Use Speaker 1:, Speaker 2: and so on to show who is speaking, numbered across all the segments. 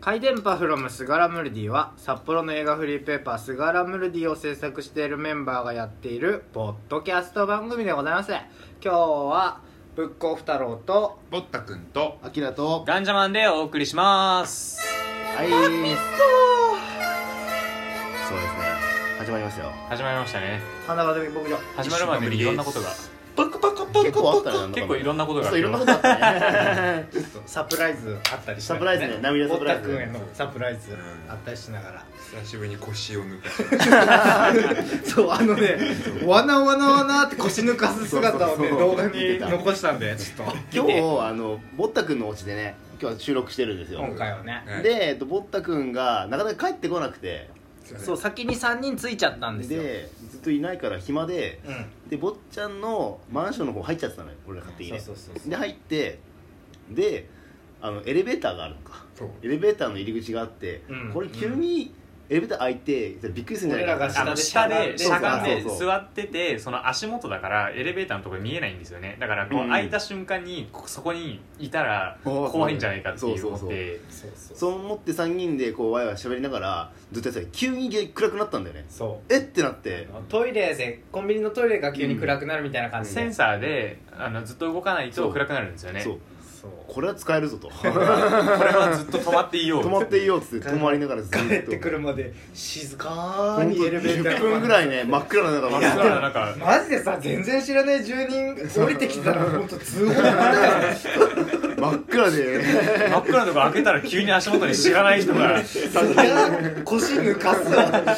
Speaker 1: 回電波フロムスガラムルディは札幌の映画フリーペーパースガラムルディを制作しているメンバーがやっているポッドキャスト番組でございます今日はブックオフ太郎と
Speaker 2: ぼったくんと
Speaker 3: アキラと
Speaker 4: ガンジャマンでお送りします
Speaker 3: はいそうですね始まりますよ
Speaker 4: 始まりましたね
Speaker 1: 花形牧場
Speaker 4: 始まるまでにいろんなことが
Speaker 3: パクパクパク結構あったねなんだ
Speaker 4: 結
Speaker 3: かんだ
Speaker 4: 構いろんなことが
Speaker 3: そういろんなことあったね
Speaker 1: サプライズあったりしな
Speaker 3: サプ
Speaker 1: がら
Speaker 3: ライズね涙サプライズ
Speaker 1: 堀田君へのサプライズあったりしながら
Speaker 2: 久しぶりに腰を抜か し
Speaker 1: そうあのねわなわなわなって腰抜かす姿をね
Speaker 3: そうそうそう
Speaker 1: 動画に残したんでちょっと
Speaker 3: 今日あのぼったくんのお家でね今日収録してるんですよ
Speaker 1: 今回はね
Speaker 2: て
Speaker 3: で、えっと、ぼったくんがなかなか帰ってこなくて
Speaker 1: そう先に3人ついちゃったんですよ
Speaker 3: でずっといないから暇で
Speaker 1: うん
Speaker 3: で坊ちゃんのマンションの方入っちゃってたのよ俺ら勝手にね
Speaker 1: そうそうそうそう
Speaker 3: で入ってであのエレベーターがあるのか
Speaker 2: そう
Speaker 3: エレベーターの入り口があって、
Speaker 1: うん
Speaker 3: これ急にエレベーター開いてびっくりするんじゃないかな
Speaker 1: 俺ら
Speaker 4: あ
Speaker 1: が
Speaker 4: の下でし
Speaker 3: 下
Speaker 4: ゃ
Speaker 3: で
Speaker 4: がんで
Speaker 3: そうそうそう
Speaker 4: 座っててその足元だからエレベーターのところ見えないんですよねだからこ
Speaker 3: う
Speaker 4: うん開いた瞬間にこそこにいたら
Speaker 3: そうそう
Speaker 4: 怖いんじゃないかっていう思っ
Speaker 3: そうそう
Speaker 4: て
Speaker 1: そうそう
Speaker 3: そう思って3人でこうワイワイ喋りながらずっとやってたら急に暗くなったんだよね
Speaker 1: そう
Speaker 3: えってなって
Speaker 1: トイレでコンビニのトイレが急に暗くなるみたいな感じで、
Speaker 4: センサーであのずっと動かない
Speaker 3: そ
Speaker 4: と
Speaker 3: う
Speaker 4: 暗くなるんですよね
Speaker 3: そう
Speaker 1: そう
Speaker 3: これは使えるぞと
Speaker 4: これはずっと止まっていよう
Speaker 3: 止まっていようっつって止まりながらずっと
Speaker 1: 帰ってくるまで静か
Speaker 3: 本
Speaker 1: に
Speaker 3: 当
Speaker 1: エレベーター
Speaker 3: 10分ぐらいね真っ暗な中
Speaker 4: 真
Speaker 3: 真
Speaker 4: っ
Speaker 3: っ
Speaker 4: 暗な
Speaker 3: 暗
Speaker 4: 中
Speaker 1: マジでさ全然知らない住人降りてき たら本当通報だよ
Speaker 3: 真っ暗で
Speaker 4: 真っ暗なとこ開けたら急に足元に知らない人が
Speaker 1: そりゃ 腰抜かすわ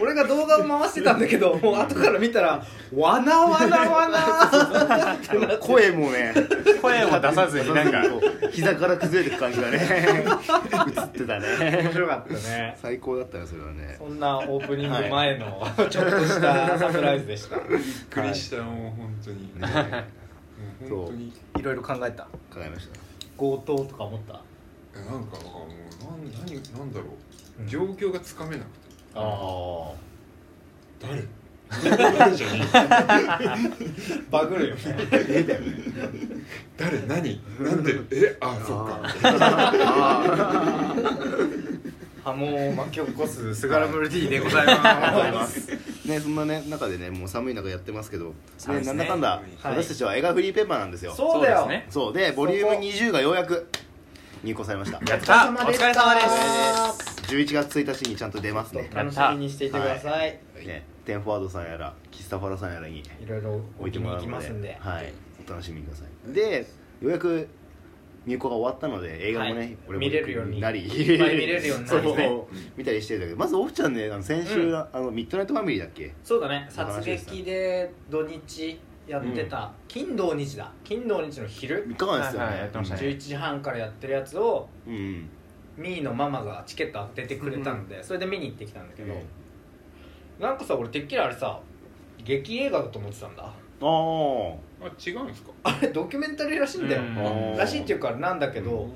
Speaker 1: 俺が動画を回してたんだけ どもう後から見たら「わなわなわな」ってなって
Speaker 3: 声もね
Speaker 4: 声も出さずになんか
Speaker 3: 膝から崩れてく感じがね映ってたね
Speaker 1: 面白かったね
Speaker 3: 最高だったよそれはね
Speaker 1: そんなオープニング前のちょっとしたサプライズでした
Speaker 2: びっくりしたもう本当にも
Speaker 3: ね
Speaker 2: う本当に
Speaker 1: いろいろ考えた
Speaker 3: 考えました
Speaker 1: 強盗とか思った
Speaker 2: えなんかもうなん何なんだろ
Speaker 1: うん
Speaker 2: う状況がつかめなくて
Speaker 3: あ
Speaker 2: 誰誰じゃね
Speaker 1: バグるよね
Speaker 2: え誰何なんでえあ
Speaker 3: あ
Speaker 2: そっか
Speaker 1: 波紋を巻き起こすスガラムルディでございます
Speaker 3: ねそんなね中でねもう寒い中やってますけど、
Speaker 4: 寒い
Speaker 3: ね、
Speaker 4: ですね
Speaker 3: なんだかんだ、
Speaker 1: はい
Speaker 3: 私たちは映画フリーペーパーなんですよそう
Speaker 1: そうだよ
Speaker 4: そうですね
Speaker 3: でボリュー
Speaker 1: そ
Speaker 3: ム
Speaker 1: こ
Speaker 3: 20がようやく入稿されました
Speaker 4: やったお疲れ様です
Speaker 3: 11月1日にちゃんと出ますね
Speaker 1: お楽しみにしていてください
Speaker 3: ねテンフォワードさんやらキスタファラさんやらに
Speaker 1: いろいろ
Speaker 3: 置
Speaker 1: 置
Speaker 3: い
Speaker 1: い
Speaker 3: て
Speaker 1: ても
Speaker 3: もら
Speaker 1: ら
Speaker 3: う
Speaker 1: き
Speaker 3: の
Speaker 1: ま
Speaker 3: です
Speaker 1: んで
Speaker 3: はい、お楽しみくださいでようやく入稿が終わったので映画もね、
Speaker 1: はい
Speaker 3: 俺も
Speaker 1: 見れるように
Speaker 3: なり
Speaker 1: いっぱい見れるようになりね
Speaker 3: そう見たりしてるんだけどまずオフちゃんねあの先週、
Speaker 1: うん
Speaker 3: あのミッドナイトファミリーだっけ
Speaker 1: そうだね
Speaker 3: お話
Speaker 1: 殺
Speaker 3: でした
Speaker 1: 撃で土日やってた金土日だ金土日の昼
Speaker 3: 3日間ですよね、
Speaker 4: はいはいやってましたね
Speaker 1: 11時半からやってるやつを
Speaker 3: うん
Speaker 1: みーのママがチケット当ててくれたんでそれで見に行ってきたんだけど
Speaker 3: うん
Speaker 1: なんかさ俺てっきりあれさ劇映画だと思ってたんだ
Speaker 3: あー
Speaker 2: あ違うんですか
Speaker 1: あれ ドキュメンタリーらしいんだよ
Speaker 4: うん
Speaker 3: あー
Speaker 1: らしいっていうかなんだけど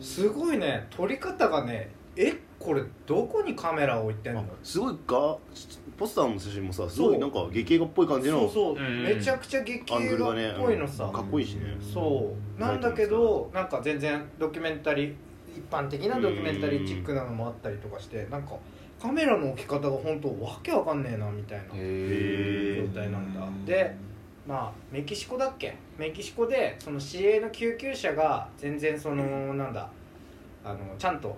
Speaker 1: すごいね撮り方がねえこれどこにカメラを置いてん
Speaker 3: あ
Speaker 1: の
Speaker 3: すごいがポスターの写真もさすごいなんか劇映画っぽい感じ
Speaker 1: そ
Speaker 3: の
Speaker 1: うそう
Speaker 4: うん
Speaker 1: めちゃくちゃ劇
Speaker 3: アング
Speaker 1: 映
Speaker 3: ル
Speaker 1: 画
Speaker 3: が
Speaker 1: っ
Speaker 3: ね
Speaker 1: ぽいのさ
Speaker 3: うんかっこいいしね
Speaker 1: そうなんだけどなんか全然ドキュメンタリー一般的なドキュメンタリーチックなのもあったりとかしてなんかカメラの置き方が本当わけわかんねえなみたいな
Speaker 3: へ
Speaker 1: 状態なんだでまあメキシコだっけメキシコでその市営の救急車が全然そのなんだあのちゃんと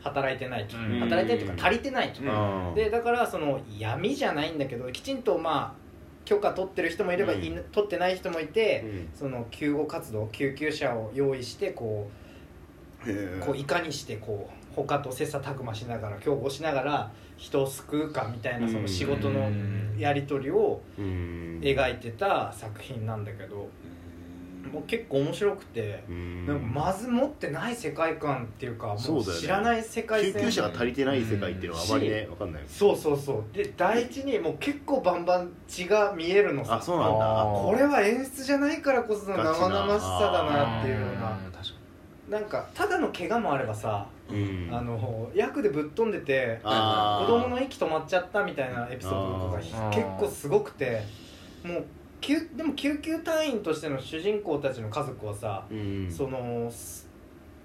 Speaker 1: 働いてないと
Speaker 4: うん
Speaker 1: 働いてないというか足りてないと
Speaker 2: うん
Speaker 3: あー
Speaker 1: でだからその闇じゃないんだけどきちんとまあ許可取ってる人もいれば、
Speaker 3: うん
Speaker 1: い取ってない人もいて、
Speaker 3: うん
Speaker 1: その救護活動救急車を用意してこ
Speaker 3: へー
Speaker 1: うこういかにしてこう他と切磋琢磨しながら競合しながら人を救うかみたいなその仕事のやり取りを
Speaker 3: うん
Speaker 1: 描いてた作品なんだけどもう結構面白くて。
Speaker 3: うん
Speaker 1: なんかまず持ってない世界観っていうか
Speaker 3: そう
Speaker 1: も
Speaker 3: だ
Speaker 1: う
Speaker 3: よね
Speaker 1: 知らない世界
Speaker 3: 救
Speaker 1: 線
Speaker 3: 急車が足りてない世界っていうのはあまりねわかんない
Speaker 1: そうそうそうで第一にもう結構バンバン血が見えるのさ
Speaker 3: あそうなん
Speaker 4: あ
Speaker 3: だ
Speaker 4: ー
Speaker 1: これは演出じゃないからこその
Speaker 3: ガチ
Speaker 1: 生
Speaker 3: な
Speaker 1: 々しさだなっていうような
Speaker 4: うん確かに
Speaker 1: なんかただの怪我もあればさ、
Speaker 3: うん
Speaker 1: あの役でぶっ飛んでて
Speaker 3: あ
Speaker 1: 子
Speaker 3: ー
Speaker 1: 供の息止まっちゃったみたいなエピソードとかが
Speaker 4: あー
Speaker 1: 結構すごくてもう救でも救急隊員としての主人公たちの家族はさ、
Speaker 3: うん
Speaker 1: そのす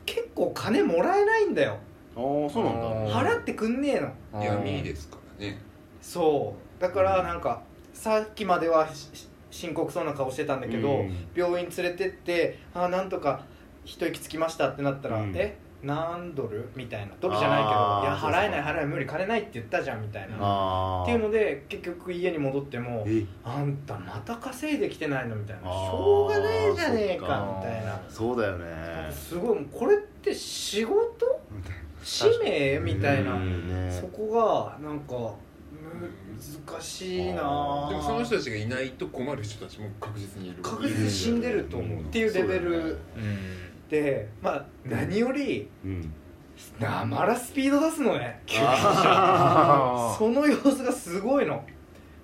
Speaker 1: 結構金もらえないんだよ
Speaker 3: ああそうなんだ
Speaker 4: あー
Speaker 1: 払ってくんねえの
Speaker 2: 闇ですからね
Speaker 1: そうだからなんかさっきまではしし深刻そうな顔してたんだけど、
Speaker 4: うん
Speaker 1: 病院連れてって「あーなんとか一息つきました」ってなったら「
Speaker 4: うん
Speaker 1: え何ドル?」みたいなドルじゃないけど
Speaker 3: あ
Speaker 1: 「
Speaker 3: ー
Speaker 1: いや
Speaker 3: そうそう
Speaker 1: 払えない払えない無理金ない」って言ったじゃんみたいなっ
Speaker 3: ああ
Speaker 1: ていうので結局家に戻っても
Speaker 3: え
Speaker 1: 「あんたまた稼いできてないの?」みたいな「
Speaker 3: あー
Speaker 1: しょうがねえじゃねえ
Speaker 3: そっ
Speaker 1: か
Speaker 3: か」
Speaker 1: みたいな
Speaker 3: そうだよね
Speaker 1: すごいもうこれって仕事使命みたいな
Speaker 3: うんね
Speaker 1: そこがなんかむ難しいな
Speaker 3: あー
Speaker 1: ぁ
Speaker 2: でもその人たちがいないと困る人たちも確実にいる
Speaker 1: 確実に死んでると思うっていうレベ
Speaker 3: そうだよ
Speaker 1: ル
Speaker 3: ね
Speaker 4: うん
Speaker 1: でまあ何より
Speaker 3: うん
Speaker 1: なまらスピード出すのね救急車
Speaker 3: あー
Speaker 1: その様子がすごいの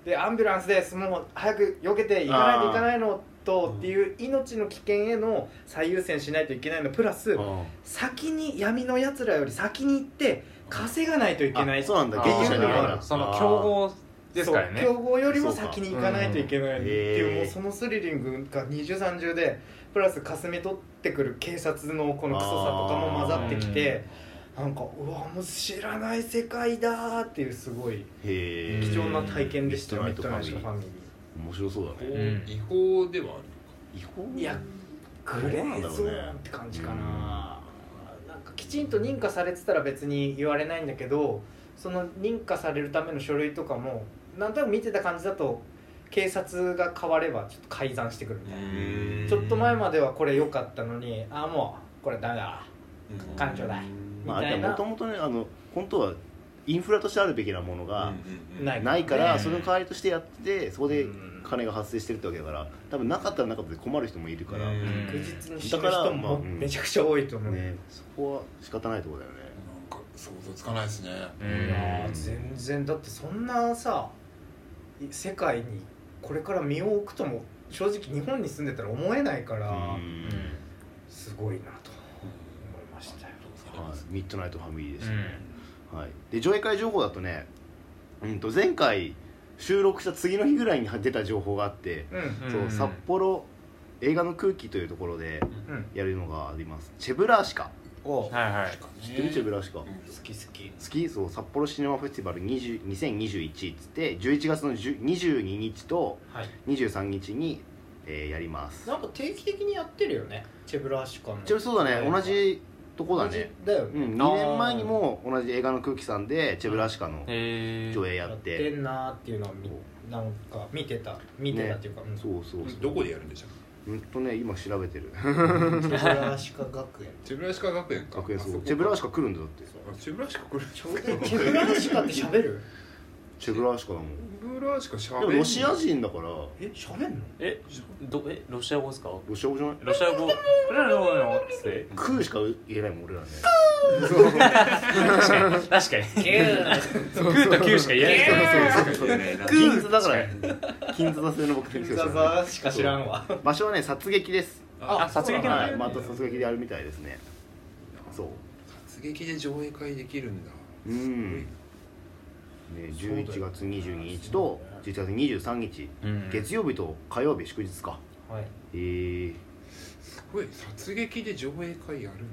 Speaker 1: でアンビュランスですもう早く避けて行かないといかないのとっていう命の危険への最優先しないといけないのプラス
Speaker 3: あ
Speaker 1: 先に闇のやつらより先に行って稼がないといけない
Speaker 3: ーそうなんだ
Speaker 4: あ
Speaker 3: 芸
Speaker 4: ー
Speaker 3: 術者に
Speaker 1: だか
Speaker 3: は
Speaker 1: ら
Speaker 4: その競合ですからね
Speaker 1: そう競合よりも先に行かないといけないっていうもう
Speaker 3: そ
Speaker 1: そのスリリングが二重三重でプラスかすめ取ってくる警察のこのクソさとかも混ざってきてなんかうわもう知らない世界だーっていうすごい
Speaker 3: へえ
Speaker 1: 貴重な体験でしたよ
Speaker 3: ミ
Speaker 1: ミ
Speaker 3: ッ
Speaker 1: ッ
Speaker 3: ド
Speaker 1: ド
Speaker 3: ナ
Speaker 1: ナイ
Speaker 3: イト
Speaker 1: ト
Speaker 3: フ
Speaker 1: フ
Speaker 3: ァ
Speaker 1: ァミリ
Speaker 3: 面白そうだね
Speaker 4: うん
Speaker 2: 違法ではある
Speaker 3: 違法
Speaker 1: ーいやグレーゾーンって感じかななんかきちんと認可されてたら別に言われないんだけどその認可されるための書類とかもなんとなく見てた感じだと警察が変わればちょっと改ざんしてくるみたいな
Speaker 2: のか
Speaker 1: ちょっと前まではこれ良かったのにああもうこれダメだ感情だ
Speaker 3: まああれ
Speaker 1: みたいな
Speaker 3: もともとねあの本当はインフラとしてあるべきなものが
Speaker 1: ないい
Speaker 3: ないから、
Speaker 4: ね
Speaker 3: それの代わりとしてやっててそこで
Speaker 1: うん
Speaker 3: 金が発生してるってわけだから多分なかったらなかったで困る人もいるから、
Speaker 2: うん
Speaker 1: 確実に死ぬ人も
Speaker 3: うん
Speaker 1: めちゃくちゃ多いと思う、
Speaker 3: ね、そこは仕方ないところだよね
Speaker 2: なんか想像つかないですね
Speaker 4: うん
Speaker 1: いやー全然だってそんなさい世界にこれから身を置くとも正直日本に住んでたら思えないから、
Speaker 3: うん
Speaker 1: すごいなと思いましたよ
Speaker 3: はい、ミッドナイトファミリーで
Speaker 4: う
Speaker 3: した、
Speaker 4: ん
Speaker 3: はい、で上映会情報だとね、うん、と前回収録した次の日ぐらいに出た情報があって、
Speaker 1: うん
Speaker 4: うん
Speaker 3: そう札幌映画の空気というところで
Speaker 1: うん
Speaker 3: やるのがありますチェブラーシカ
Speaker 1: お好
Speaker 4: はいはい
Speaker 3: 知ってるチェブラーシカ、
Speaker 1: き好き
Speaker 3: 好きそう札幌シネマフェスティバル20 2021っつって11月の10 22日と
Speaker 1: はい
Speaker 3: 23日に、えーやります
Speaker 1: なんか定期的にやってるよねチェブラーシカの
Speaker 3: ちなみにそうだね同じとこだね
Speaker 1: 同じだよ
Speaker 3: う
Speaker 1: ね、
Speaker 3: ん、2年前にも同じ映画の空気さんでチェブラシカの
Speaker 4: へえ
Speaker 3: 上映や
Speaker 1: や
Speaker 3: っ
Speaker 1: って
Speaker 3: て
Speaker 1: んなーっていうのはみなんか見てた見てたっていう か、うん
Speaker 3: そうそうそう
Speaker 2: どこでやるんでしたっ
Speaker 3: うんとね今調べて る
Speaker 1: チェブラーシカ学園
Speaker 2: けチェブラシカ学園か
Speaker 3: 学園そう
Speaker 2: あこか
Speaker 3: チェブラシカ来るんだだって
Speaker 2: あチェブラシカ来る
Speaker 1: ちょうどチェブラーシカって喋る
Speaker 3: チェブラシカだもん
Speaker 2: チェブラシカしゃ
Speaker 3: でもロシア人だから
Speaker 1: え喋んの
Speaker 4: えどえロシア語ですか
Speaker 3: ロシア語じゃない
Speaker 4: ロシア語「ラララララ」っつって
Speaker 3: 食うしか言えないもん俺らね
Speaker 4: 確かに確かにそうグーとキューしか言えない
Speaker 3: 金座だから金座座制の僕
Speaker 1: 金
Speaker 3: 先生
Speaker 1: 座座しか知らんわ
Speaker 3: 場所はね殺撃です
Speaker 4: あ殺撃な
Speaker 3: は
Speaker 4: ん
Speaker 3: い
Speaker 4: だ
Speaker 3: また殺撃でやるみたいですねそう
Speaker 2: 殺撃で上映会できるんだ
Speaker 3: うんね11月22日と11月23日
Speaker 4: うん
Speaker 3: 月曜日と火曜日祝日か
Speaker 1: はい
Speaker 3: えー、
Speaker 2: すごい殺撃で上映会やる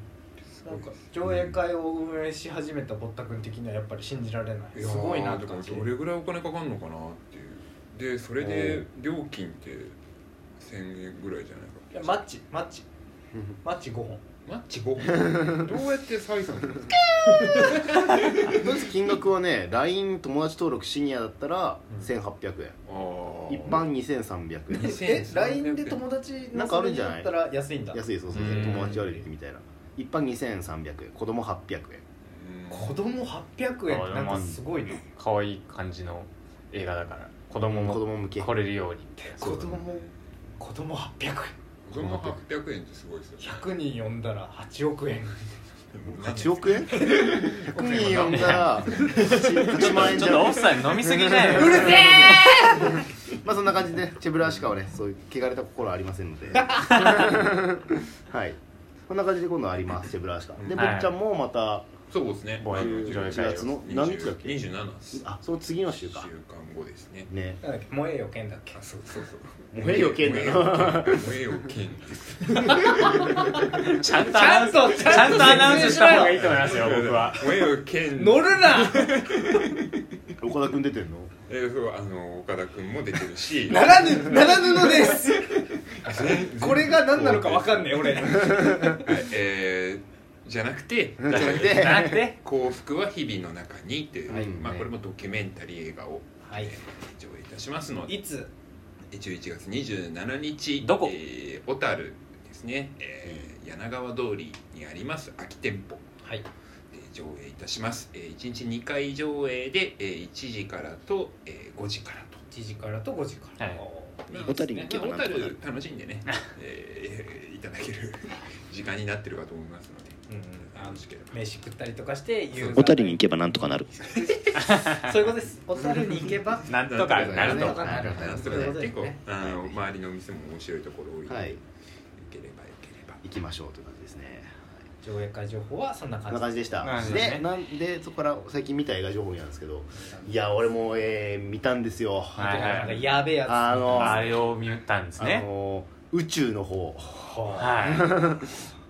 Speaker 1: なんか上映会を運営し始めたぼったくん的にはやっぱり信じられないすごいなって
Speaker 2: とか
Speaker 1: 感じ
Speaker 2: どれぐらいお金かかるのかなっていうでそれで料金って1000円ぐらいじゃない
Speaker 1: い
Speaker 2: か
Speaker 1: やマッチマッチマッチ5本
Speaker 2: マッチ5 本どうやって採算するん ですか
Speaker 3: とりあえず金額はね LINE 友達登録シニアだったら
Speaker 2: うん
Speaker 3: 1800円、
Speaker 2: あー
Speaker 3: 一般2300円
Speaker 2: 2000
Speaker 1: え LINE で友達の
Speaker 3: なんかあるんじゃない
Speaker 1: それだったら安いんだ
Speaker 3: 安いそうそう
Speaker 4: うん
Speaker 3: 友達割引みたいな一般2300円子供800円
Speaker 2: うん
Speaker 1: 子供800円ってなんかすごいね
Speaker 4: 可愛い感じの映画だから子供
Speaker 3: 子
Speaker 4: も
Speaker 3: 供向け
Speaker 4: 来れるように
Speaker 1: 子
Speaker 3: そうだね
Speaker 1: 供子供800円
Speaker 2: 子供800円ってすごいですよ
Speaker 1: 100人呼んだら8億円
Speaker 3: 8 億円 ?100 人呼んだら8万円
Speaker 4: ち
Speaker 3: じ
Speaker 4: ょっと
Speaker 3: ゃな
Speaker 4: オ
Speaker 3: い
Speaker 4: フさん飲みすぎじゃないの
Speaker 3: まあそんな感じでチェブラシカはねそういう汚れた心はありませ んのではいこんな感じで今度はありますチェブラシカで
Speaker 4: はい
Speaker 3: 坊っちゃんもまた
Speaker 2: そうですね
Speaker 3: 忘年会
Speaker 2: あの
Speaker 3: 忘年会
Speaker 2: 11
Speaker 3: の何日だっけ
Speaker 2: 27です
Speaker 3: あその次の週
Speaker 2: 1
Speaker 3: か
Speaker 2: 週間後ですね
Speaker 3: ね
Speaker 1: なんだっけ燃えよ剣だっけ
Speaker 2: あそうそうそう
Speaker 3: 燃えよ剣だ
Speaker 2: な燃えよ剣です
Speaker 4: ちゃんとアナウンスちゃんとアナウンスした方がいいと思いますよ僕は
Speaker 2: 燃えよ剣
Speaker 1: 乗るな
Speaker 3: 岡田君出てんの
Speaker 2: えーそうあの岡田君も出てるし
Speaker 1: ならぬならぬのです
Speaker 2: 全然
Speaker 1: これが何なのか分かんねえ俺
Speaker 2: えーじゃなくて
Speaker 3: じゃなく
Speaker 4: じ
Speaker 3: て
Speaker 4: ゃなくて
Speaker 2: 幸福は日々の中にっていう、
Speaker 1: はい
Speaker 2: まあ、これもドキュメンタリー映画を、
Speaker 1: はい
Speaker 2: えー上映いたしますので
Speaker 1: いつ
Speaker 2: 11月27日
Speaker 4: どこ
Speaker 2: えー小樽ですね、えー柳川通りにあります空き店舗
Speaker 1: はい
Speaker 2: で上映いたします、えー1日2回上映で、えー1時からと、えー5時からと。
Speaker 1: 1時からと5時から、
Speaker 4: はい
Speaker 3: 小樽に行けば
Speaker 2: まあ小
Speaker 3: なんと
Speaker 2: 樽楽しんで ね、えーいただける 時間になってるかと思いますので
Speaker 1: うんあ
Speaker 2: よ
Speaker 1: の
Speaker 2: ろしければ
Speaker 1: 飯食ったりとかして夕方
Speaker 3: 小樽に行けばなんとかなる
Speaker 1: そういうことです小樽に行けば
Speaker 4: なんとかな
Speaker 1: な
Speaker 4: る
Speaker 1: ん
Speaker 4: と
Speaker 1: とかなる
Speaker 2: なる
Speaker 1: そ
Speaker 2: と
Speaker 1: う
Speaker 2: か
Speaker 1: いう
Speaker 2: ね
Speaker 1: ことで
Speaker 2: 結
Speaker 1: す
Speaker 2: 構
Speaker 1: ね
Speaker 2: あの周りのお店も面白いところ多いので、
Speaker 3: はい
Speaker 2: よければよければ
Speaker 3: 行きましょうという感じですね
Speaker 1: 上映会情報はそんな
Speaker 3: こ
Speaker 1: 感
Speaker 3: ん
Speaker 1: じ
Speaker 3: な感じでした
Speaker 4: なるほどね
Speaker 3: でなんでそこから最近見た映画情報なんですけどいや俺もえー見たんですよ
Speaker 4: は
Speaker 1: なんかなんかやべえやつ
Speaker 3: あの
Speaker 4: あれを見たんです
Speaker 3: あ
Speaker 4: ね
Speaker 3: の宇宙の方
Speaker 1: はあ
Speaker 4: は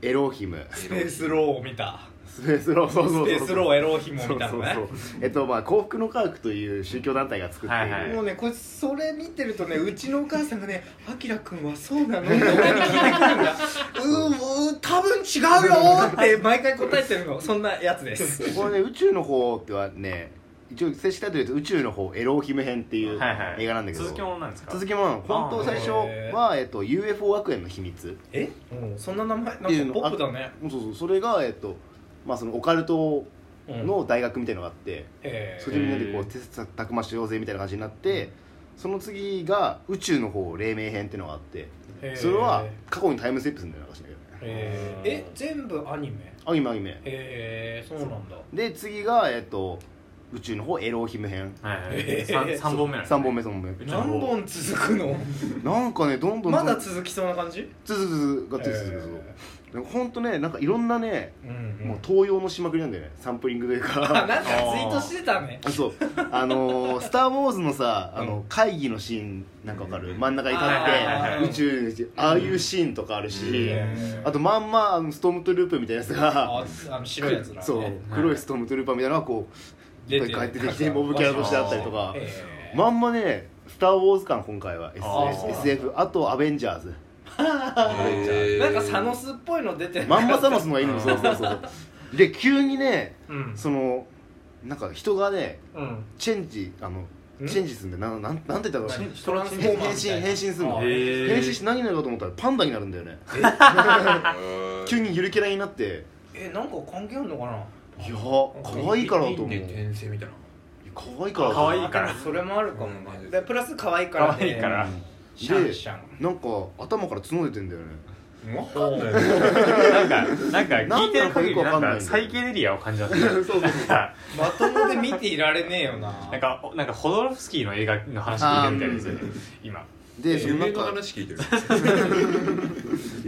Speaker 3: エロヒム
Speaker 1: スペースローを見た
Speaker 3: スペースローそうそうそう
Speaker 1: スペースローエローヒモ
Speaker 3: そ
Speaker 1: み
Speaker 3: う
Speaker 1: たいな
Speaker 3: そう
Speaker 1: ね
Speaker 3: そうえっとまあ幸福の科学という宗教団体が作っている、
Speaker 4: はいはい
Speaker 1: もうねこいつそれ見てるとねうちのお母さんがね「あきらくんはそうなの?」って俺に聞いてくるんだ 「うーうー多分違うよ」って毎回答えてるのそんなやつです
Speaker 3: これね宇宙の方ではね一応正式タイトルで言うと宇宙の方エローヒム編ってい
Speaker 4: いうはいはい
Speaker 3: 映画なんだけど、
Speaker 4: 続きものなんですか
Speaker 3: 続きもなの本当最初は、えっと、UFO 学園の秘密
Speaker 1: え、うん、そんな名前
Speaker 3: ってい
Speaker 1: な
Speaker 3: う
Speaker 1: ん
Speaker 3: の
Speaker 1: かポップだね
Speaker 3: そうそうそれが、えっとまあ、そのオカルトの大学みたいのがあって、
Speaker 1: え
Speaker 3: それ
Speaker 1: ー、
Speaker 3: でみんなでこう切磋琢磨しようぜみたいな感じになってその次が宇宙の方黎明編っていうのがあって
Speaker 1: えー
Speaker 3: それは過去にタイムスリップするんだよなんかしないけどね
Speaker 1: えー、え全部アニメ
Speaker 3: アニメアニメ
Speaker 1: えー、そうなんだ
Speaker 3: で次が、えっと、宇宙の方エローヒム編
Speaker 4: はいはい
Speaker 1: えー
Speaker 4: 三三本目なんですね
Speaker 3: 3本目3本目
Speaker 4: 宇宙の方
Speaker 1: 何本続くの
Speaker 3: なんかねどんどん
Speaker 1: まだ続きそうな感じ
Speaker 3: つづつがつづつづつほんとねなんかいろんなね
Speaker 1: えーうんうん
Speaker 3: もう東洋のしまくりなんだよねサンプリングとい う
Speaker 1: あ
Speaker 3: か
Speaker 1: なんかツイートしてたね
Speaker 3: そうあのー「スター・ウォーズ」のさあ
Speaker 1: う
Speaker 3: の会議のシーンなんかわかる真ん中に
Speaker 4: はいはいはいはい
Speaker 3: 立って宇宙にああいうシーンとかあるし
Speaker 1: えー
Speaker 3: あとまんまあのストームトゥループみたいなやつが
Speaker 1: ああの白いやつら、ね、
Speaker 3: そう黒いストームトゥルーパーみたいなのがこういっぱい帰ってきてモブキャラとしてあったりとか
Speaker 1: えー
Speaker 3: まんまね「スター・ウォーズ」感今回は
Speaker 4: あー
Speaker 3: SS SF あと「アベンジャ ーズ」
Speaker 2: えー
Speaker 1: なんかサノスっぽいの出て
Speaker 3: まんまサマスのがいるのそうそうそうで急にね
Speaker 1: うん
Speaker 3: そのなんか人がね
Speaker 1: うん
Speaker 3: チェンジあの
Speaker 1: ん
Speaker 3: チェンジするんでなんなんなんて言ったらいいの
Speaker 1: トランスフォ
Speaker 3: 変
Speaker 1: ーマーみ
Speaker 3: 変身
Speaker 1: たいな
Speaker 3: 変身するの
Speaker 1: あ
Speaker 3: 変
Speaker 1: ー
Speaker 4: へ
Speaker 3: 身し
Speaker 4: ー
Speaker 3: て何になるかと思ったらパンダになるんだよね
Speaker 2: えー
Speaker 3: 急にゆるキャラになって
Speaker 1: えなんか関係あるのかない
Speaker 3: やー可愛いからだと思う
Speaker 2: いいね転生みたいな
Speaker 3: 可愛いからだと
Speaker 4: 可
Speaker 3: 思う
Speaker 4: 愛いから
Speaker 1: あでもそれもあるかも
Speaker 2: う
Speaker 1: ね
Speaker 2: ん
Speaker 1: でプラス可愛いから
Speaker 4: 可愛いから
Speaker 1: シャン
Speaker 3: で
Speaker 1: シャン
Speaker 3: なんか頭から角出てんだ よね
Speaker 2: わかんない
Speaker 4: なんかなんか聞いてる限りな
Speaker 3: なんんだかよくわかんないんだ
Speaker 4: か
Speaker 3: よ
Speaker 4: サイケデリアを感じますねなん
Speaker 1: まともで見ていられねえよな
Speaker 4: かなんかなんかホドロフスキーの映画の話聞いてるみたいですよね今
Speaker 3: でその
Speaker 2: 夢の
Speaker 3: 中
Speaker 2: 話聞いてる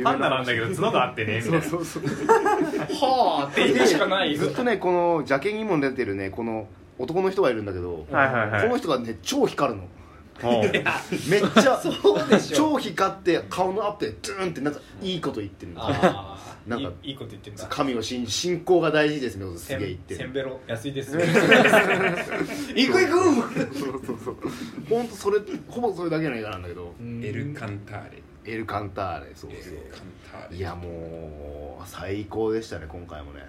Speaker 4: パンダなんだけど角があってねみたいな
Speaker 3: そうそうそう
Speaker 1: はあって言うしかないよ
Speaker 3: ずっとねこのジャケにも出てるねこの男の人がいるんだけど
Speaker 4: はいはいはい
Speaker 3: この人がね超光るの
Speaker 4: おう
Speaker 3: め っちゃ
Speaker 1: そうでしょ
Speaker 3: 超光って顔のアップでドゥーンってなんかいいこと言ってるの
Speaker 1: ああ
Speaker 3: なんか
Speaker 1: いいいこと言ってんだ
Speaker 3: 神を信じ信仰が大事ですみたいなことす
Speaker 1: せ
Speaker 3: げえ言っ
Speaker 1: ん
Speaker 3: て
Speaker 1: せん
Speaker 3: る
Speaker 1: べろ安いです行く行く
Speaker 3: そうそうそうほんとそれほぼそれだけの映画なんだけど
Speaker 2: エルカンターレ
Speaker 3: エル・カンターレそう
Speaker 2: エ
Speaker 3: そ
Speaker 2: ルカン
Speaker 3: う
Speaker 2: ターレ
Speaker 3: いやもう最高でしたね今回もね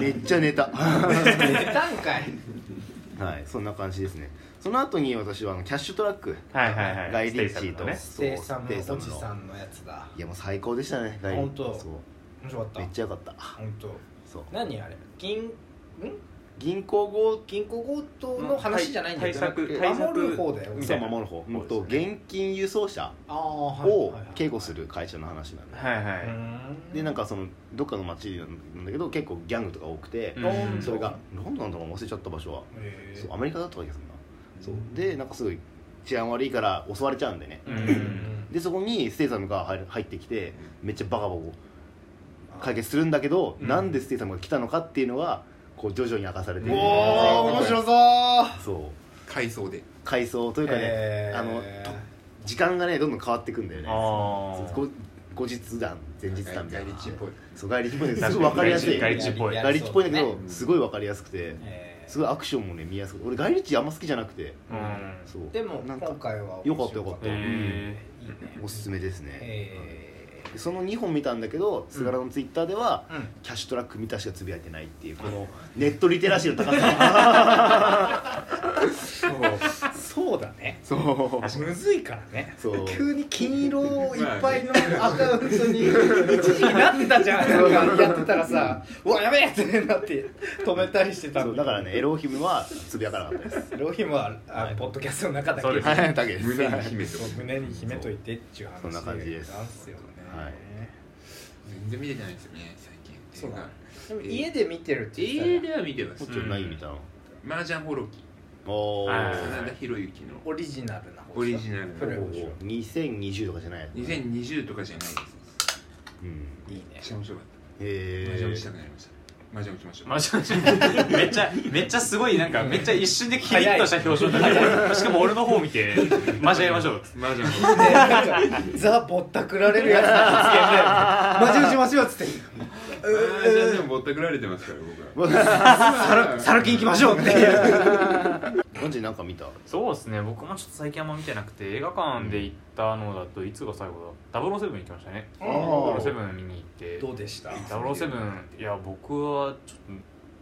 Speaker 3: めめっ ちゃ寝 たは
Speaker 1: 出たんかい
Speaker 3: いそんな感じですねその後に私はあのキャッシュトラック
Speaker 4: はいはいはい
Speaker 3: ガイ・リッチーと
Speaker 4: ス
Speaker 1: ス
Speaker 3: そう
Speaker 1: テイサム
Speaker 3: ステイサ
Speaker 1: お
Speaker 3: ムの
Speaker 1: じさんのやつだ
Speaker 3: いやもう最高でしたねガイリ
Speaker 1: ほんと
Speaker 3: そう
Speaker 1: 面白かった
Speaker 3: めっちゃ良かった
Speaker 1: 本当
Speaker 3: そう
Speaker 1: 何あれ銀ん
Speaker 3: 銀行強
Speaker 1: 銀行強盗の話じゃないんだよ
Speaker 4: 対策
Speaker 1: 対
Speaker 4: 対
Speaker 1: 策
Speaker 4: 策
Speaker 1: 守る方だよ
Speaker 4: み
Speaker 3: そ
Speaker 4: た
Speaker 3: う
Speaker 4: いな
Speaker 3: 守る方
Speaker 4: そうです
Speaker 3: と
Speaker 4: ね
Speaker 3: 現金輸送車
Speaker 1: ああはい
Speaker 3: を
Speaker 1: はいはい
Speaker 3: 警護する会社の話なの、
Speaker 4: はいは
Speaker 1: う
Speaker 4: い
Speaker 1: ー
Speaker 3: でなんかそのどっかの町なんだけど結構ギャングとか多くて、
Speaker 4: うん
Speaker 3: それが何なんだか忘れちゃった場所は、
Speaker 1: へ
Speaker 3: そう
Speaker 1: ー
Speaker 3: アメリカだったわけですな、そうでなんかすごい治安悪いから襲われちゃ うんでね、
Speaker 4: う
Speaker 1: うん
Speaker 4: ん
Speaker 3: でそこにステイサムが入る入ってきてめっちゃバカバカ解決するんだけど、
Speaker 4: うん
Speaker 3: なんでステイサムが来たのかっていうのがこう徐々に明かされている
Speaker 1: おお
Speaker 2: おー
Speaker 1: 面白
Speaker 2: 面
Speaker 1: そ
Speaker 2: 白
Speaker 1: う
Speaker 3: そう
Speaker 2: 回想で
Speaker 3: 回想というかね、あのと時間がねどんどん変わっていくんだよね
Speaker 4: あー
Speaker 3: そうご後日談前日談みた
Speaker 2: 外
Speaker 3: いな
Speaker 2: 日っぽい
Speaker 3: そう外立っぽいすごい分かりやすい
Speaker 4: 外
Speaker 3: 外
Speaker 4: 立っぽい
Speaker 3: 立っぽいんだけど
Speaker 2: ね
Speaker 3: すごい分かりやすくて
Speaker 1: えー
Speaker 3: すごいアクションもね見やすくて俺外立あんま好きじゃなくて
Speaker 4: うん
Speaker 3: そう
Speaker 1: でも今
Speaker 3: なんか
Speaker 1: 回は
Speaker 3: よかったよかっ
Speaker 1: 面
Speaker 3: た
Speaker 1: 白
Speaker 4: へ
Speaker 1: いいね
Speaker 3: おすすめですね
Speaker 1: え
Speaker 3: でその2本見たんだけど菅原のツイッターでは
Speaker 1: ーうん
Speaker 3: キャッシュトラック見たしかつぶやいてないっていうこのネットリテラシーの高さ
Speaker 1: そうだね
Speaker 3: そう
Speaker 1: むずいからね
Speaker 3: そう
Speaker 1: 急に金色いっぱいのアカウントに一時期なってたじゃんなんかやってたらさ「うわやべえ!」ってなって止めたりしてた
Speaker 3: そうだからねエロヒムはつぶやかなかったです
Speaker 1: ロヒムはあのポッドキャストの中だけ
Speaker 4: そうです
Speaker 3: はい だけです
Speaker 2: 胸に秘めて
Speaker 1: そう胸に秘めといてっていう話
Speaker 3: そんな感じです
Speaker 1: なんすよね、
Speaker 3: はい
Speaker 2: 全然見れてないんですよね最近
Speaker 1: そうだねでも
Speaker 2: 映画
Speaker 1: 家で見てるって言ってたじゃ
Speaker 2: 家
Speaker 1: ん
Speaker 2: では見てます
Speaker 3: もちろん何見たの
Speaker 2: マージャンホロキ
Speaker 3: お
Speaker 4: は
Speaker 3: ー
Speaker 4: い
Speaker 2: 真田広之の
Speaker 1: オリジナルな方
Speaker 2: オリジナル
Speaker 1: 古い方でしょ
Speaker 3: 2020とかじゃないやつね
Speaker 2: 2020とかじゃないです
Speaker 3: うん
Speaker 1: いい
Speaker 2: め
Speaker 1: ね
Speaker 2: っちゃ面白かっ
Speaker 3: へ
Speaker 2: たマージャン打ちた
Speaker 3: ー
Speaker 2: くなりましたマージャン打ちましょう
Speaker 4: マジでめっちゃめっちゃすごいなんかめっちゃ一瞬でキリッとした表情でしかも俺の方見てマジやりましょう
Speaker 2: マージャン
Speaker 1: でなんかザぼったくられるやつの発言で「マジ打ちましょう」っつって
Speaker 2: マージャンでもぼったくられてますから
Speaker 1: 「
Speaker 2: 僕は
Speaker 1: さらき行きましょう」っていう
Speaker 3: マジなんか見た
Speaker 4: そうですね僕もちょっと最近あんま見てなくて映画館で行ったのだといつが最後だ007行きましたね
Speaker 1: あ
Speaker 3: ー
Speaker 4: 007見に行って
Speaker 1: どうでした
Speaker 4: 007いや僕はちょっ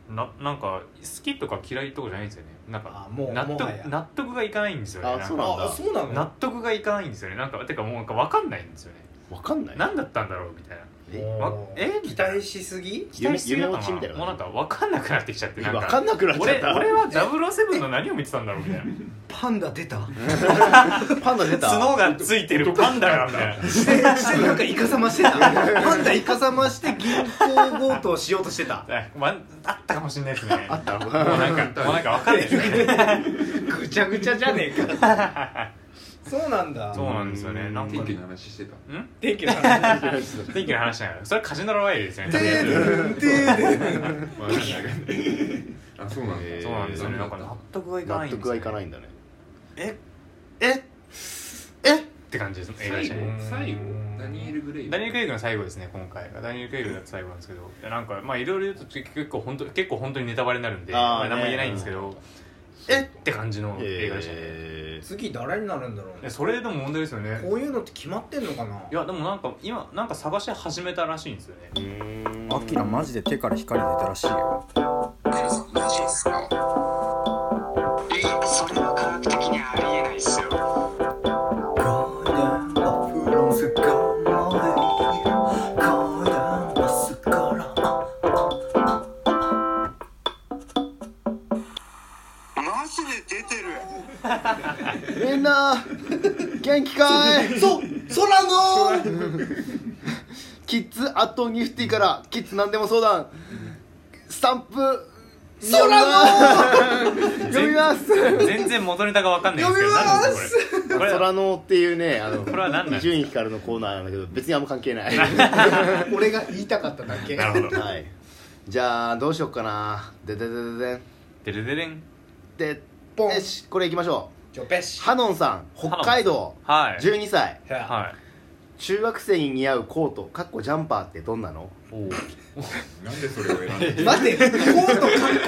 Speaker 4: とななんか好きとか嫌いとかじゃないんですよねなん
Speaker 1: あ
Speaker 4: か
Speaker 1: もう
Speaker 4: 納
Speaker 1: も
Speaker 4: 得
Speaker 1: はや
Speaker 4: 納得がいかないんですよねな
Speaker 3: あ
Speaker 4: んか
Speaker 3: そうなんだ
Speaker 1: あそうなの
Speaker 4: 納得がいかないんですよねなんかてかもうなんか分かんないんですよね
Speaker 3: わかんない
Speaker 4: 何だったんだろうみたいな
Speaker 3: え
Speaker 4: わえ
Speaker 1: 期待しすぎ
Speaker 4: 期待しすぎだった
Speaker 3: 夢落ちみたいな
Speaker 4: もうなんか分かんなくなってきちゃってなん
Speaker 3: わかんなくなっちゃっ
Speaker 4: 俺
Speaker 3: た
Speaker 4: 俺は007の何を見てたんだろうみたいな
Speaker 1: パンダ出た
Speaker 3: パンダ出た
Speaker 4: 角がついてるパンダがみ たいな
Speaker 1: してなんかイカサマしてたパンダイカサマして銀行強盗しようとしてた
Speaker 4: あまあったかもしれないですね
Speaker 3: あった
Speaker 4: も
Speaker 3: の
Speaker 4: うなんかもうなんか分かんないですね
Speaker 1: ぐちゃぐちゃじゃねえかそうなんだ
Speaker 4: そうなんですよねなんか
Speaker 2: 天気
Speaker 4: ん
Speaker 2: の話してた
Speaker 1: 天気の話
Speaker 4: 天気の話じゃないそれはカジノロワイヤルですよね
Speaker 1: て
Speaker 4: とりあえず
Speaker 1: ーでんてー でん
Speaker 2: マージャンあそうなんだ
Speaker 3: へー
Speaker 4: そうなんですよねなんか納得がいかな
Speaker 3: 納
Speaker 4: いんですよ
Speaker 3: 得が
Speaker 4: ね
Speaker 3: いかないんだね
Speaker 4: えええって感じです映画
Speaker 2: 最
Speaker 4: 自体
Speaker 2: 後最後ダニエル・グレイ
Speaker 4: ダニエル・クレイグの最後ですね今回がダニエル・クレイグが最後なんですけどいやなんかまあいろいろ言うと結構本当結構本当にネタバレになるんで
Speaker 3: あー
Speaker 4: まあ、
Speaker 3: ね
Speaker 4: 何も言えないんですけど、えって感じの映画でしたね、
Speaker 3: へー
Speaker 1: 次誰になるんだろう
Speaker 4: いや
Speaker 1: ね
Speaker 4: それでも問題ですよね
Speaker 1: こういうのって決まってんのかない
Speaker 4: やでもなんか今なんか探し始めたらしいんですよね
Speaker 3: うーん
Speaker 5: アキラマジで手から光出たらしいよ
Speaker 6: マジですかえそれは科学的にはありえないっすよマジで出てる
Speaker 3: みんな元気かい
Speaker 1: そ空の
Speaker 3: キッズアットニフティからキッズなんでも相談スタンプ空の読みます
Speaker 4: 全然元ネタが分かんないんですけど何ですかこれこれ
Speaker 3: 空のっていうねあの
Speaker 4: これは何なんですか
Speaker 3: 伊集院光のコーナーなんだけど別にあんま関係ない
Speaker 1: 俺が言いたかっただけ
Speaker 4: なるほど
Speaker 3: はいじゃあどうしよっかなでででででん
Speaker 4: デレデレン
Speaker 3: で
Speaker 1: ポン
Speaker 3: よしこれいきましょ
Speaker 1: ちょペ
Speaker 3: う
Speaker 1: シ
Speaker 3: ハノンさん北海道
Speaker 4: はい
Speaker 3: 12歳
Speaker 1: は
Speaker 4: はい
Speaker 3: 中学生に似合うコートかっこジャンパーってどんなの
Speaker 4: おお
Speaker 2: なんでそれを選ん だ
Speaker 1: い待てコートか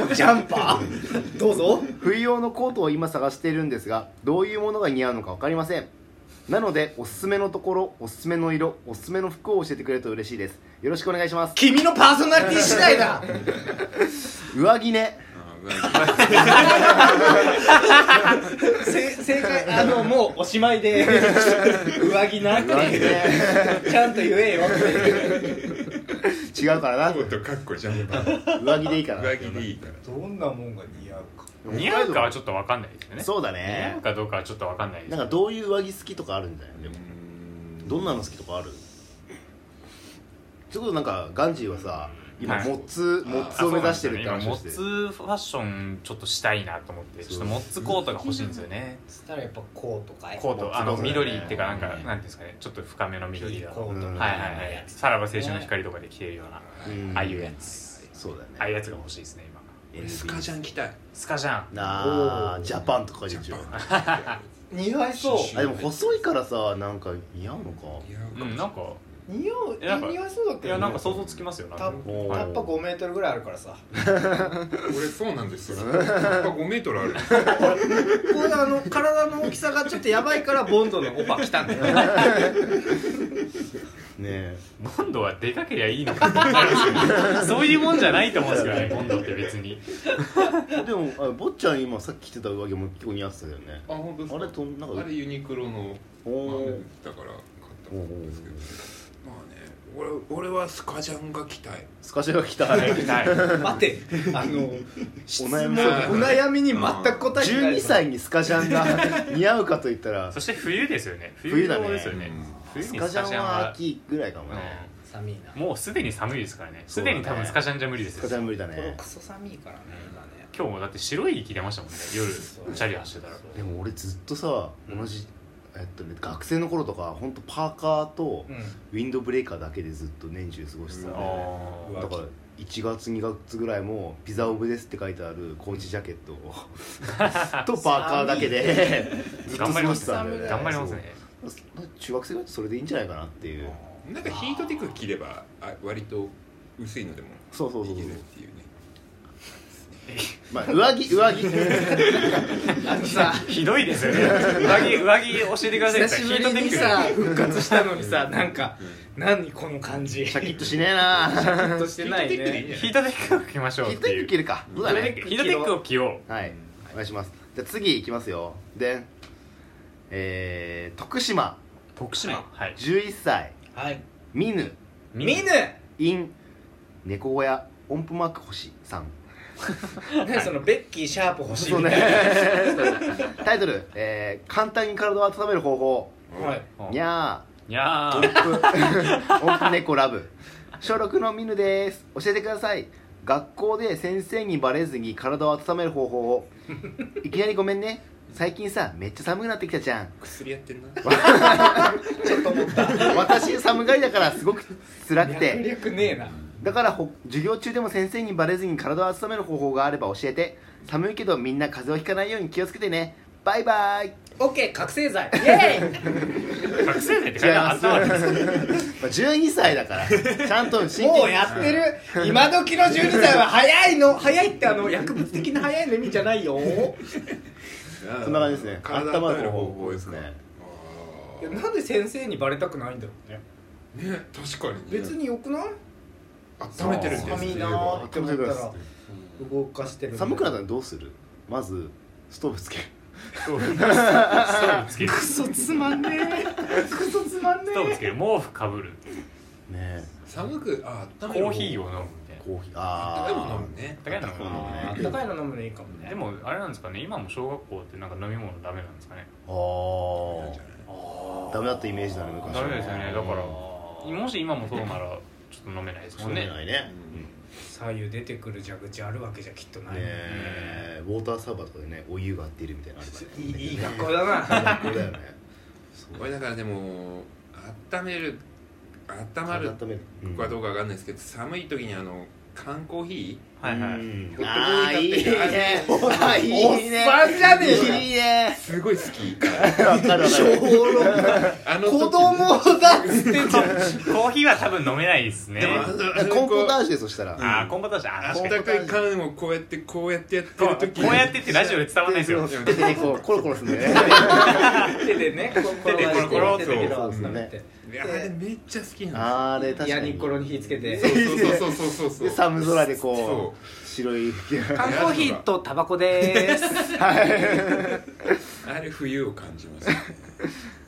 Speaker 1: っこジャンパーどうぞ
Speaker 3: 冬用のコートを今探しているんですがどういうものが似合うのか分かりませんなのでおすすめのところおすすめの色おすすめの服を教えてくれると嬉しいですよろしくお願いします
Speaker 1: 君のパーソナリティ次第だ
Speaker 3: 上着ね
Speaker 2: あうわ
Speaker 1: せ正解あのもうおしまい で上着なって
Speaker 3: 上着
Speaker 1: いう
Speaker 3: ね
Speaker 1: ちゃんと言えよっていう
Speaker 3: 違うから
Speaker 2: コートかっこジャンパー
Speaker 3: な上着でいいから
Speaker 2: 上着でいいから
Speaker 1: どんなもんが似合うか
Speaker 4: 似合うかはちょっと分かんないですよね
Speaker 3: そうだ
Speaker 4: 似合
Speaker 3: ね
Speaker 4: うかどうかはちょっと分かんないです
Speaker 3: なんかどういう上着好きとかあるんだよでもどんなの好きとかあるそれこそなんかガンジーはさ今
Speaker 4: はい
Speaker 3: モッツモッツを目指してるって話を
Speaker 4: モ
Speaker 3: して
Speaker 4: ッツファッションちょっとしたいなと思ってちょっとモッツコートが欲しいんですよね
Speaker 1: したらやっぱこうとか
Speaker 4: コートあの
Speaker 3: モッツコートだね
Speaker 4: 緑っていうかなんかなんていうんですかねちょっと深めの緑だ
Speaker 1: コ
Speaker 4: は
Speaker 1: ート
Speaker 4: い
Speaker 1: みた
Speaker 4: はいはいい
Speaker 1: なやつ
Speaker 4: さらば青春の光とかで着てるような
Speaker 3: うん
Speaker 4: ああいうやつ
Speaker 3: そうだよね
Speaker 4: ああいうやつが欲しいですね今
Speaker 2: 俺スカジャン着たい
Speaker 4: スカジャン
Speaker 3: なあ
Speaker 1: おー
Speaker 3: ジャパンとかでしょ
Speaker 1: 似合いそう
Speaker 2: 刺繍
Speaker 3: あでも細いからさなんか似合うのか
Speaker 2: 似合うかも
Speaker 4: うんなんか
Speaker 1: 似合う
Speaker 4: えなんか
Speaker 1: え似合いそうだけ
Speaker 4: い
Speaker 1: ど
Speaker 4: やなんか想像つきますよな
Speaker 1: た
Speaker 4: んか
Speaker 3: お
Speaker 1: タ
Speaker 3: ー
Speaker 1: ッパ5メートルぐらいあるからさ
Speaker 2: 俺そうなんですよ やっぱ5メートルある
Speaker 1: こうあの体の大きさがちょっとやばいからボンドのオファー来たんだ よ
Speaker 3: ねえ
Speaker 4: ボンドはでかけりゃいいのかってなるんですけどそういうもんじゃないと思うんですけどねボンドって別に
Speaker 3: でもあ坊ちゃん今さっき着てた上着も結構似合ってたよね
Speaker 2: あ本当ですか
Speaker 3: あれとなんか
Speaker 2: あれユニクロの
Speaker 3: お
Speaker 2: まあ
Speaker 3: お
Speaker 2: だから買ったもんですけどまあね俺俺はスカジャンが着たい
Speaker 3: スカジャンが着た い
Speaker 4: ない
Speaker 1: 待てあの質問お
Speaker 3: 悩み
Speaker 1: 悩みに全く答えてない
Speaker 3: 12歳にスカジャンが似合うかといっ たら
Speaker 4: そ
Speaker 3: ス
Speaker 4: して冬ですよね
Speaker 3: 冬だね
Speaker 4: のですよね
Speaker 2: うん
Speaker 4: 冬に
Speaker 3: カ
Speaker 4: ス
Speaker 3: ジャ
Speaker 4: カジャ
Speaker 3: ン
Speaker 4: ン
Speaker 3: は
Speaker 4: は
Speaker 3: 秋ぐらいかもね、
Speaker 1: 寒いな
Speaker 4: うんもうすでに寒いですからね
Speaker 3: そ
Speaker 4: す
Speaker 3: うだ
Speaker 4: で
Speaker 3: ね
Speaker 4: に多分スカジャンじゃ無理ですよ
Speaker 3: スカジャン無理だ
Speaker 1: これ
Speaker 3: ね
Speaker 1: クソ寒いからね今ね
Speaker 4: 今日もだって白い息出ましたもんね夜
Speaker 1: そう
Speaker 4: チャリ走ってたら
Speaker 3: でも俺ずっとさ同じ、えっとね、学生の頃とか本当パーカーと
Speaker 1: うん
Speaker 3: ウィンドブレーカーだけでずっと年中過ごしてたんだよね
Speaker 4: あ
Speaker 1: う
Speaker 4: ー
Speaker 1: わ
Speaker 3: だから1月2月ぐらいも「ピザオブです」って書いてあるコーチジャケット をとパーカーだけでずっと過ごしてたんだよね
Speaker 4: 頑張りますね
Speaker 3: そう中学生だとそれでいいんじゃないかなっていう
Speaker 2: なんかヒートテック着ればあ割と薄いのでも
Speaker 3: そうそうそう
Speaker 2: いけ
Speaker 3: そう
Speaker 2: るっていうね
Speaker 3: まあ上着 上着
Speaker 1: あのさ
Speaker 4: ひどいですよね上着上着教えてください
Speaker 1: 久しぶりにさ復活したのにさなんか何この感じ
Speaker 3: シャキッとしねえな
Speaker 1: ッとしてないね
Speaker 4: ヒートテックを着ましょうっ
Speaker 3: ヒート
Speaker 4: て
Speaker 3: テ
Speaker 4: い
Speaker 3: ック
Speaker 4: う
Speaker 3: 着るかそうだね
Speaker 4: ヒートテックを着よ
Speaker 3: はいお願いしますじゃあ次いきますよでえー、徳島
Speaker 4: う徳島はい
Speaker 3: 11歳
Speaker 1: はい
Speaker 3: ミヌ
Speaker 1: 見ぬ
Speaker 3: イン猫小屋音符マーク星さん
Speaker 1: 何そのベッキーシャープ欲しい
Speaker 3: そう
Speaker 1: み
Speaker 3: ね
Speaker 1: たい
Speaker 3: タイトル、えー「簡単に体を温める方法
Speaker 1: なはい
Speaker 3: にゃ
Speaker 4: にゃ
Speaker 3: ー
Speaker 4: ー
Speaker 3: 音符音符猫ラブ」小6のミヌです教えてください学校で先生にバレずに体を温める方法をいきなりごめんね最近さめっちゃ寒くなってきたじゃん
Speaker 2: 薬やってんな
Speaker 1: ちょっと思 った
Speaker 3: 私寒がりだからすごく辛く
Speaker 1: 略
Speaker 3: て
Speaker 1: 略ねえな
Speaker 3: だからほ授業中でも先生にバレずに体を温める方法があれば教えて寒いけどみんな風邪をひかないように気をつけてねバイバイ
Speaker 1: オッケー覚醒 剤イエーイ
Speaker 4: 覚醒剤って書
Speaker 3: 違
Speaker 4: いて
Speaker 3: い
Speaker 4: あ
Speaker 3: ま
Speaker 4: っ
Speaker 3: す
Speaker 4: たわけですよ
Speaker 3: 12歳だからちゃんと真
Speaker 1: もう
Speaker 3: 剣に
Speaker 1: やってる今時の12歳は早いの早いってあの薬物的な早いの意味じゃないよ い
Speaker 3: そんな感じですね
Speaker 2: 体温める方
Speaker 3: 温ま
Speaker 2: 法
Speaker 3: る
Speaker 2: ですか
Speaker 3: ね
Speaker 2: あ
Speaker 1: やなんで先生にバレたくないんだろうね
Speaker 2: ーね確かにね
Speaker 1: 別によくない
Speaker 2: 温めてるんです
Speaker 1: 寒いなーって思ったら動かしてる
Speaker 3: 寒くなった
Speaker 1: っ
Speaker 3: らどうするまずストーブつける
Speaker 4: ストーブつける
Speaker 1: クソつまんねえクソつまんね
Speaker 4: ストーブつける毛布かぶる
Speaker 3: ね
Speaker 2: 寒くあ温
Speaker 4: コ
Speaker 2: める
Speaker 4: ーヒーを飲むみたいな
Speaker 3: コーヒ
Speaker 2: 温
Speaker 3: ーあ
Speaker 2: かいもの
Speaker 3: あ
Speaker 2: 飲むね
Speaker 4: 高いのかな
Speaker 1: あったかいの飲むのいいかもね
Speaker 4: でもあれなんですかね今も小学校ってなんか飲み物ダメなんですかね
Speaker 2: なんじゃ
Speaker 3: あ
Speaker 2: ない
Speaker 3: あダメだったイメージだね昔は
Speaker 4: ダメですよねだから
Speaker 1: 今
Speaker 4: もし今もそうならちょっと飲めないですも
Speaker 3: 飲
Speaker 4: ん
Speaker 3: め
Speaker 4: ね
Speaker 3: ないね
Speaker 1: 左右出てくる蛇口あるわけじゃきっと
Speaker 3: ね
Speaker 1: ない
Speaker 3: えウォーターサーバーとかでねお湯が出るみたいなのあ
Speaker 1: い
Speaker 3: れ
Speaker 1: いいい学校だな
Speaker 3: ばねこれだよねそう
Speaker 2: これだからでも温める温ま
Speaker 3: 体
Speaker 2: る
Speaker 3: 温めるうん
Speaker 2: かどうかわかんないですけど寒い時にあの缶コーヒ
Speaker 4: はいは
Speaker 3: う
Speaker 4: い
Speaker 3: んあーいいねあーい
Speaker 1: おっ
Speaker 3: いね
Speaker 1: さんじゃねえか
Speaker 3: いいね
Speaker 2: ーすごい好き
Speaker 3: わかるわかる
Speaker 2: あの
Speaker 1: 子
Speaker 2: 時
Speaker 1: 供だっつってんじゃん
Speaker 4: コーヒーは多分飲めないですね
Speaker 3: コンポター
Speaker 2: ー
Speaker 3: ジュでそしたら
Speaker 4: ああコンポタージュあ確かに
Speaker 2: 高い缶をこうやってこうやってやって
Speaker 4: こ
Speaker 2: る
Speaker 4: う
Speaker 2: 時
Speaker 4: こうやってってラジオで伝わらないですよ
Speaker 3: 手でこうコロコロするんだよね
Speaker 1: 手でね、手
Speaker 4: でコロコロ
Speaker 1: 手
Speaker 4: 手
Speaker 1: で
Speaker 4: で
Speaker 1: コ
Speaker 4: コ
Speaker 1: ロコロ
Speaker 4: ロコ
Speaker 3: ロ
Speaker 1: 温
Speaker 3: 温
Speaker 1: め
Speaker 3: め
Speaker 1: て
Speaker 3: て、
Speaker 2: いやあれめっちゃ好きなん
Speaker 3: あれ確か
Speaker 1: ヤ
Speaker 3: に
Speaker 1: ニコロに火つけて
Speaker 2: ですよそうそうそうそうそうそ
Speaker 3: で
Speaker 2: う
Speaker 3: 寒空でこ
Speaker 2: そう
Speaker 3: 白い服
Speaker 1: 缶コーヒーとタバコでーす
Speaker 2: うあれ冬を感じますね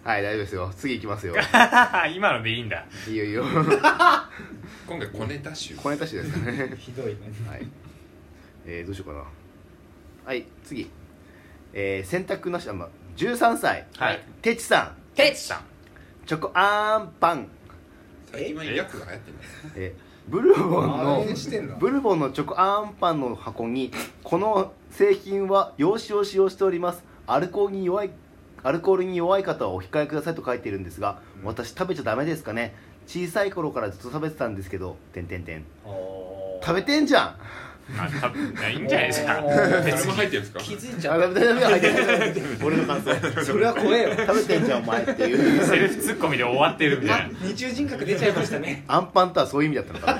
Speaker 3: はい大丈夫ですよ次行きますよ
Speaker 4: 今のでいいんだ
Speaker 3: いいよいいよ
Speaker 2: 今回小ネタ集
Speaker 3: 小ネタ集ですからね
Speaker 1: ひどいね
Speaker 3: はいえー、どうしようかなはい次えー、選択なしあま13歳
Speaker 4: はい
Speaker 3: てちさん
Speaker 1: て
Speaker 4: さん
Speaker 3: チョコあんパン
Speaker 2: 最近はヤクが流行ってんだ
Speaker 3: えブルボン
Speaker 1: あ
Speaker 3: の
Speaker 1: れしてんだ
Speaker 3: ブルボンのチョコあんパンの箱にこの製品は用紙を使用しておりますアルコールに弱いアルコールに弱い方はお控えくださいと書いているんですが私食べちゃダメですかね小さい頃からずっと食べてたんですけどてんてんてん食べてんじゃんあ
Speaker 4: あ多分ないんじゃないです か
Speaker 1: おー
Speaker 4: 別
Speaker 2: それも
Speaker 4: に
Speaker 2: 入ってるんですか
Speaker 1: 気づいちゃ
Speaker 3: ダ
Speaker 1: っ
Speaker 3: メダメダメ入ってない俺の感想
Speaker 1: たそれは怖えよ
Speaker 3: 食べてんじゃんお前っていう
Speaker 4: セルフツッコミで終わってるみたいな
Speaker 1: 二重人格出ちゃいました ね
Speaker 3: あんパンとはそういう意味だったのか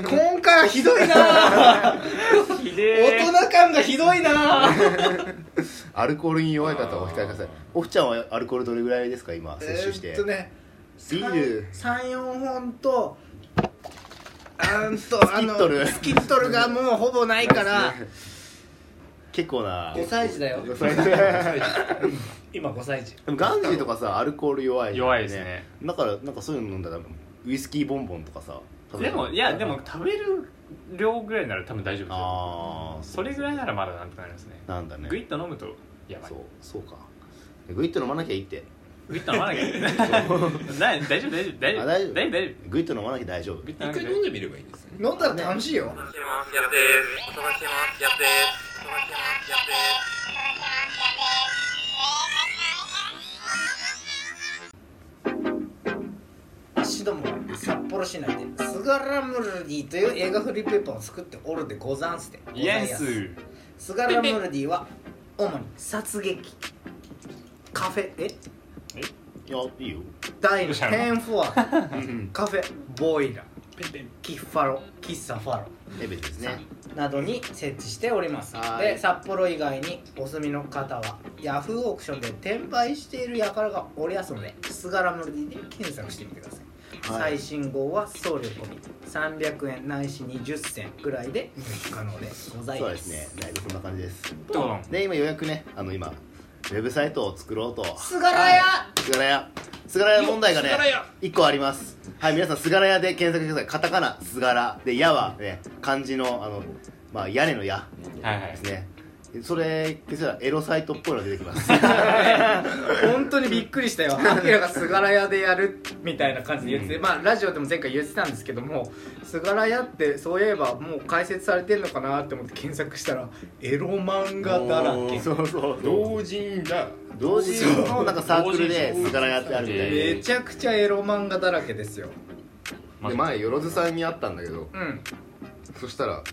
Speaker 3: な
Speaker 1: 今回はひどいなぁ
Speaker 4: ひ
Speaker 1: 大
Speaker 4: で
Speaker 1: 人感がひどいなぁ
Speaker 3: アルコールに弱い方はお控えくださいオフちゃんはアルコールどれぐらいですか今摂取して、
Speaker 1: えーっとね
Speaker 3: ビール
Speaker 1: 34本とあーんとあの
Speaker 3: スキットル
Speaker 1: スキットルがもうほぼないから
Speaker 3: 結構な
Speaker 1: 5歳児だよ
Speaker 3: 5歳児で
Speaker 1: 今5歳児
Speaker 3: もガンジーとか さアルコール弱い、
Speaker 4: 弱いですね
Speaker 3: だからなんかそういうの飲んだらウイスキーボンボンとかさ
Speaker 4: でもいやでも食べる量ぐらいなら多分大丈夫ですよ
Speaker 3: ああ
Speaker 4: それぐらいならまだなんとかなりますね
Speaker 3: なんだね
Speaker 4: グイッと飲むとやばい
Speaker 3: そうそうかグイッと飲まなきゃいいって
Speaker 4: グイッと飲まなきゃいけ ないな大丈夫大丈夫大丈夫
Speaker 3: あ
Speaker 4: 大丈夫
Speaker 3: 大丈夫
Speaker 4: 大丈
Speaker 3: グイッと飲まなきゃ大丈夫
Speaker 4: 夫グイッ
Speaker 2: 一
Speaker 4: と飲ん
Speaker 2: 回
Speaker 4: で
Speaker 2: 飲んでみればいいんですね
Speaker 1: 飲んだら楽しいよ
Speaker 6: お届けしますやってお届けしますやってお届けしますやって
Speaker 1: シドも札幌市内でスガラムルディという映画フリーペーパーを作っておるでござんすて
Speaker 4: イエス
Speaker 1: スガラムルディは主に殺撃カフェえ
Speaker 3: いやいいよ
Speaker 1: 第
Speaker 4: どうしたの
Speaker 1: 10フォアカフェボイラーキッファロ喫茶ファロ
Speaker 3: レベルですね
Speaker 1: などに設置しております
Speaker 3: はい
Speaker 1: で札幌以外にお住みの方はヤフーオークションで転売している輩がおりやすのでスガラムルディで検索してみてください
Speaker 3: は
Speaker 1: 最
Speaker 3: い
Speaker 1: 新号は送料込み300円ないし20銭ぐらいで 入手可能でござい
Speaker 3: そう
Speaker 1: ま
Speaker 3: ですすねだいぶそんな感じです
Speaker 4: ドロン
Speaker 3: で今ようやくねあの今ウェブサイトを作ろうと
Speaker 1: すがらや
Speaker 3: すがらやすがらや問題がね
Speaker 2: よっすがらや
Speaker 3: 1個ありますはい皆さんすがらやで検索してくださいカタカナすがらでやはね漢字のあのまあ屋根のや
Speaker 4: はいはい
Speaker 3: ですねそれ消したらエロサイトっぽいのが出てきます
Speaker 1: 本当にびっくりしたよアキラがすがら屋でやるみたいな感じで言ってて、まあラジオでも前回言ってたんですけどもすがら屋ってそういえばもう解説されてんのかなって思って検索したらエロ漫画だらけ
Speaker 3: そうそう
Speaker 2: 同人だ
Speaker 3: 同時のなんかサークルですがらやってあるみたい
Speaker 4: 同
Speaker 3: で
Speaker 1: めちゃくちゃエロ漫画だらけですよ
Speaker 3: で前よろずさんに会ったんだけど
Speaker 1: うん
Speaker 3: そしたら「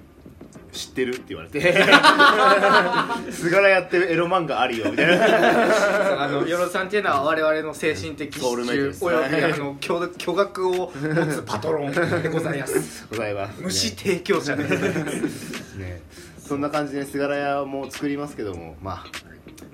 Speaker 3: 知ってる?」って言われ て「すがらやってエロ漫画あるよ」みたいな
Speaker 1: あのよろさんっていうのは我々の精神的支
Speaker 3: ソウルメイト
Speaker 1: 柱
Speaker 3: です
Speaker 1: およびあの巨巨額を持つパトロンでございます
Speaker 3: ございます、ね、
Speaker 1: 虫提供者でございます
Speaker 3: ねそんな感じで菅原屋も作りますけどもま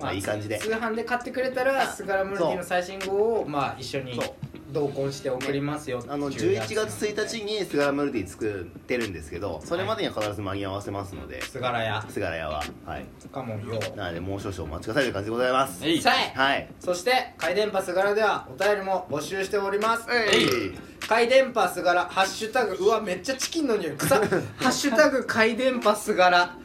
Speaker 3: あ、まあ、いい感じで
Speaker 1: 通販で買ってくれたらスガラムルディの最新号をまあ一緒に
Speaker 3: そ
Speaker 1: 同梱して送りますよ
Speaker 3: あの11月1日に菅原ムルディ作ってるんですけどそれまでには必ず間に合わせますので
Speaker 1: スガラヤ
Speaker 3: 菅原屋ははい
Speaker 1: かもよ
Speaker 3: なのでもう少々お待ちくださいという感じでございます
Speaker 4: えい
Speaker 1: さえ
Speaker 3: はい
Speaker 1: そして「回電波すがら」ではお便りも募集しております
Speaker 3: えい
Speaker 1: 回電波すがら」「ハッシュタグうわめっちゃチキンの匂い 臭っハッシュタグ回電波すがら」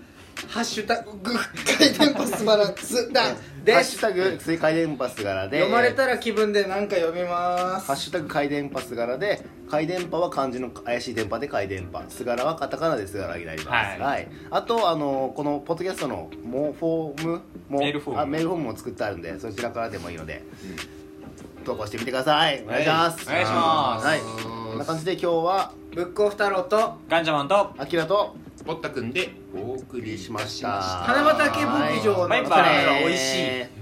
Speaker 1: 「ハッシュタグぐ回電波すがら」すだ
Speaker 3: ハ
Speaker 1: で
Speaker 3: ッシュタグ追回電波菅原で
Speaker 1: 読まれたら気分で何か読みま
Speaker 3: ハッ
Speaker 1: す
Speaker 3: シュタグ回電波すがらで回電波は漢字の怪しい電波で回電波すがらはカタカナですがらになります、
Speaker 4: はい
Speaker 3: あとあのこのポッドキャストのもうフォームも
Speaker 4: メールフォーム
Speaker 3: あメールフォームも作ってあるんでそちらからでもいいので、投稿してみてくださいお願いします、
Speaker 4: お願いします
Speaker 3: はいこんな感じで今日は
Speaker 1: ブックオフ太郎と
Speaker 4: ガンジャマンと
Speaker 3: アキラと
Speaker 2: ぼったくんでお送りしました
Speaker 3: した
Speaker 1: 花畑牧場の
Speaker 4: バイバ
Speaker 1: お
Speaker 4: イ
Speaker 1: 便りが美味しい
Speaker 3: い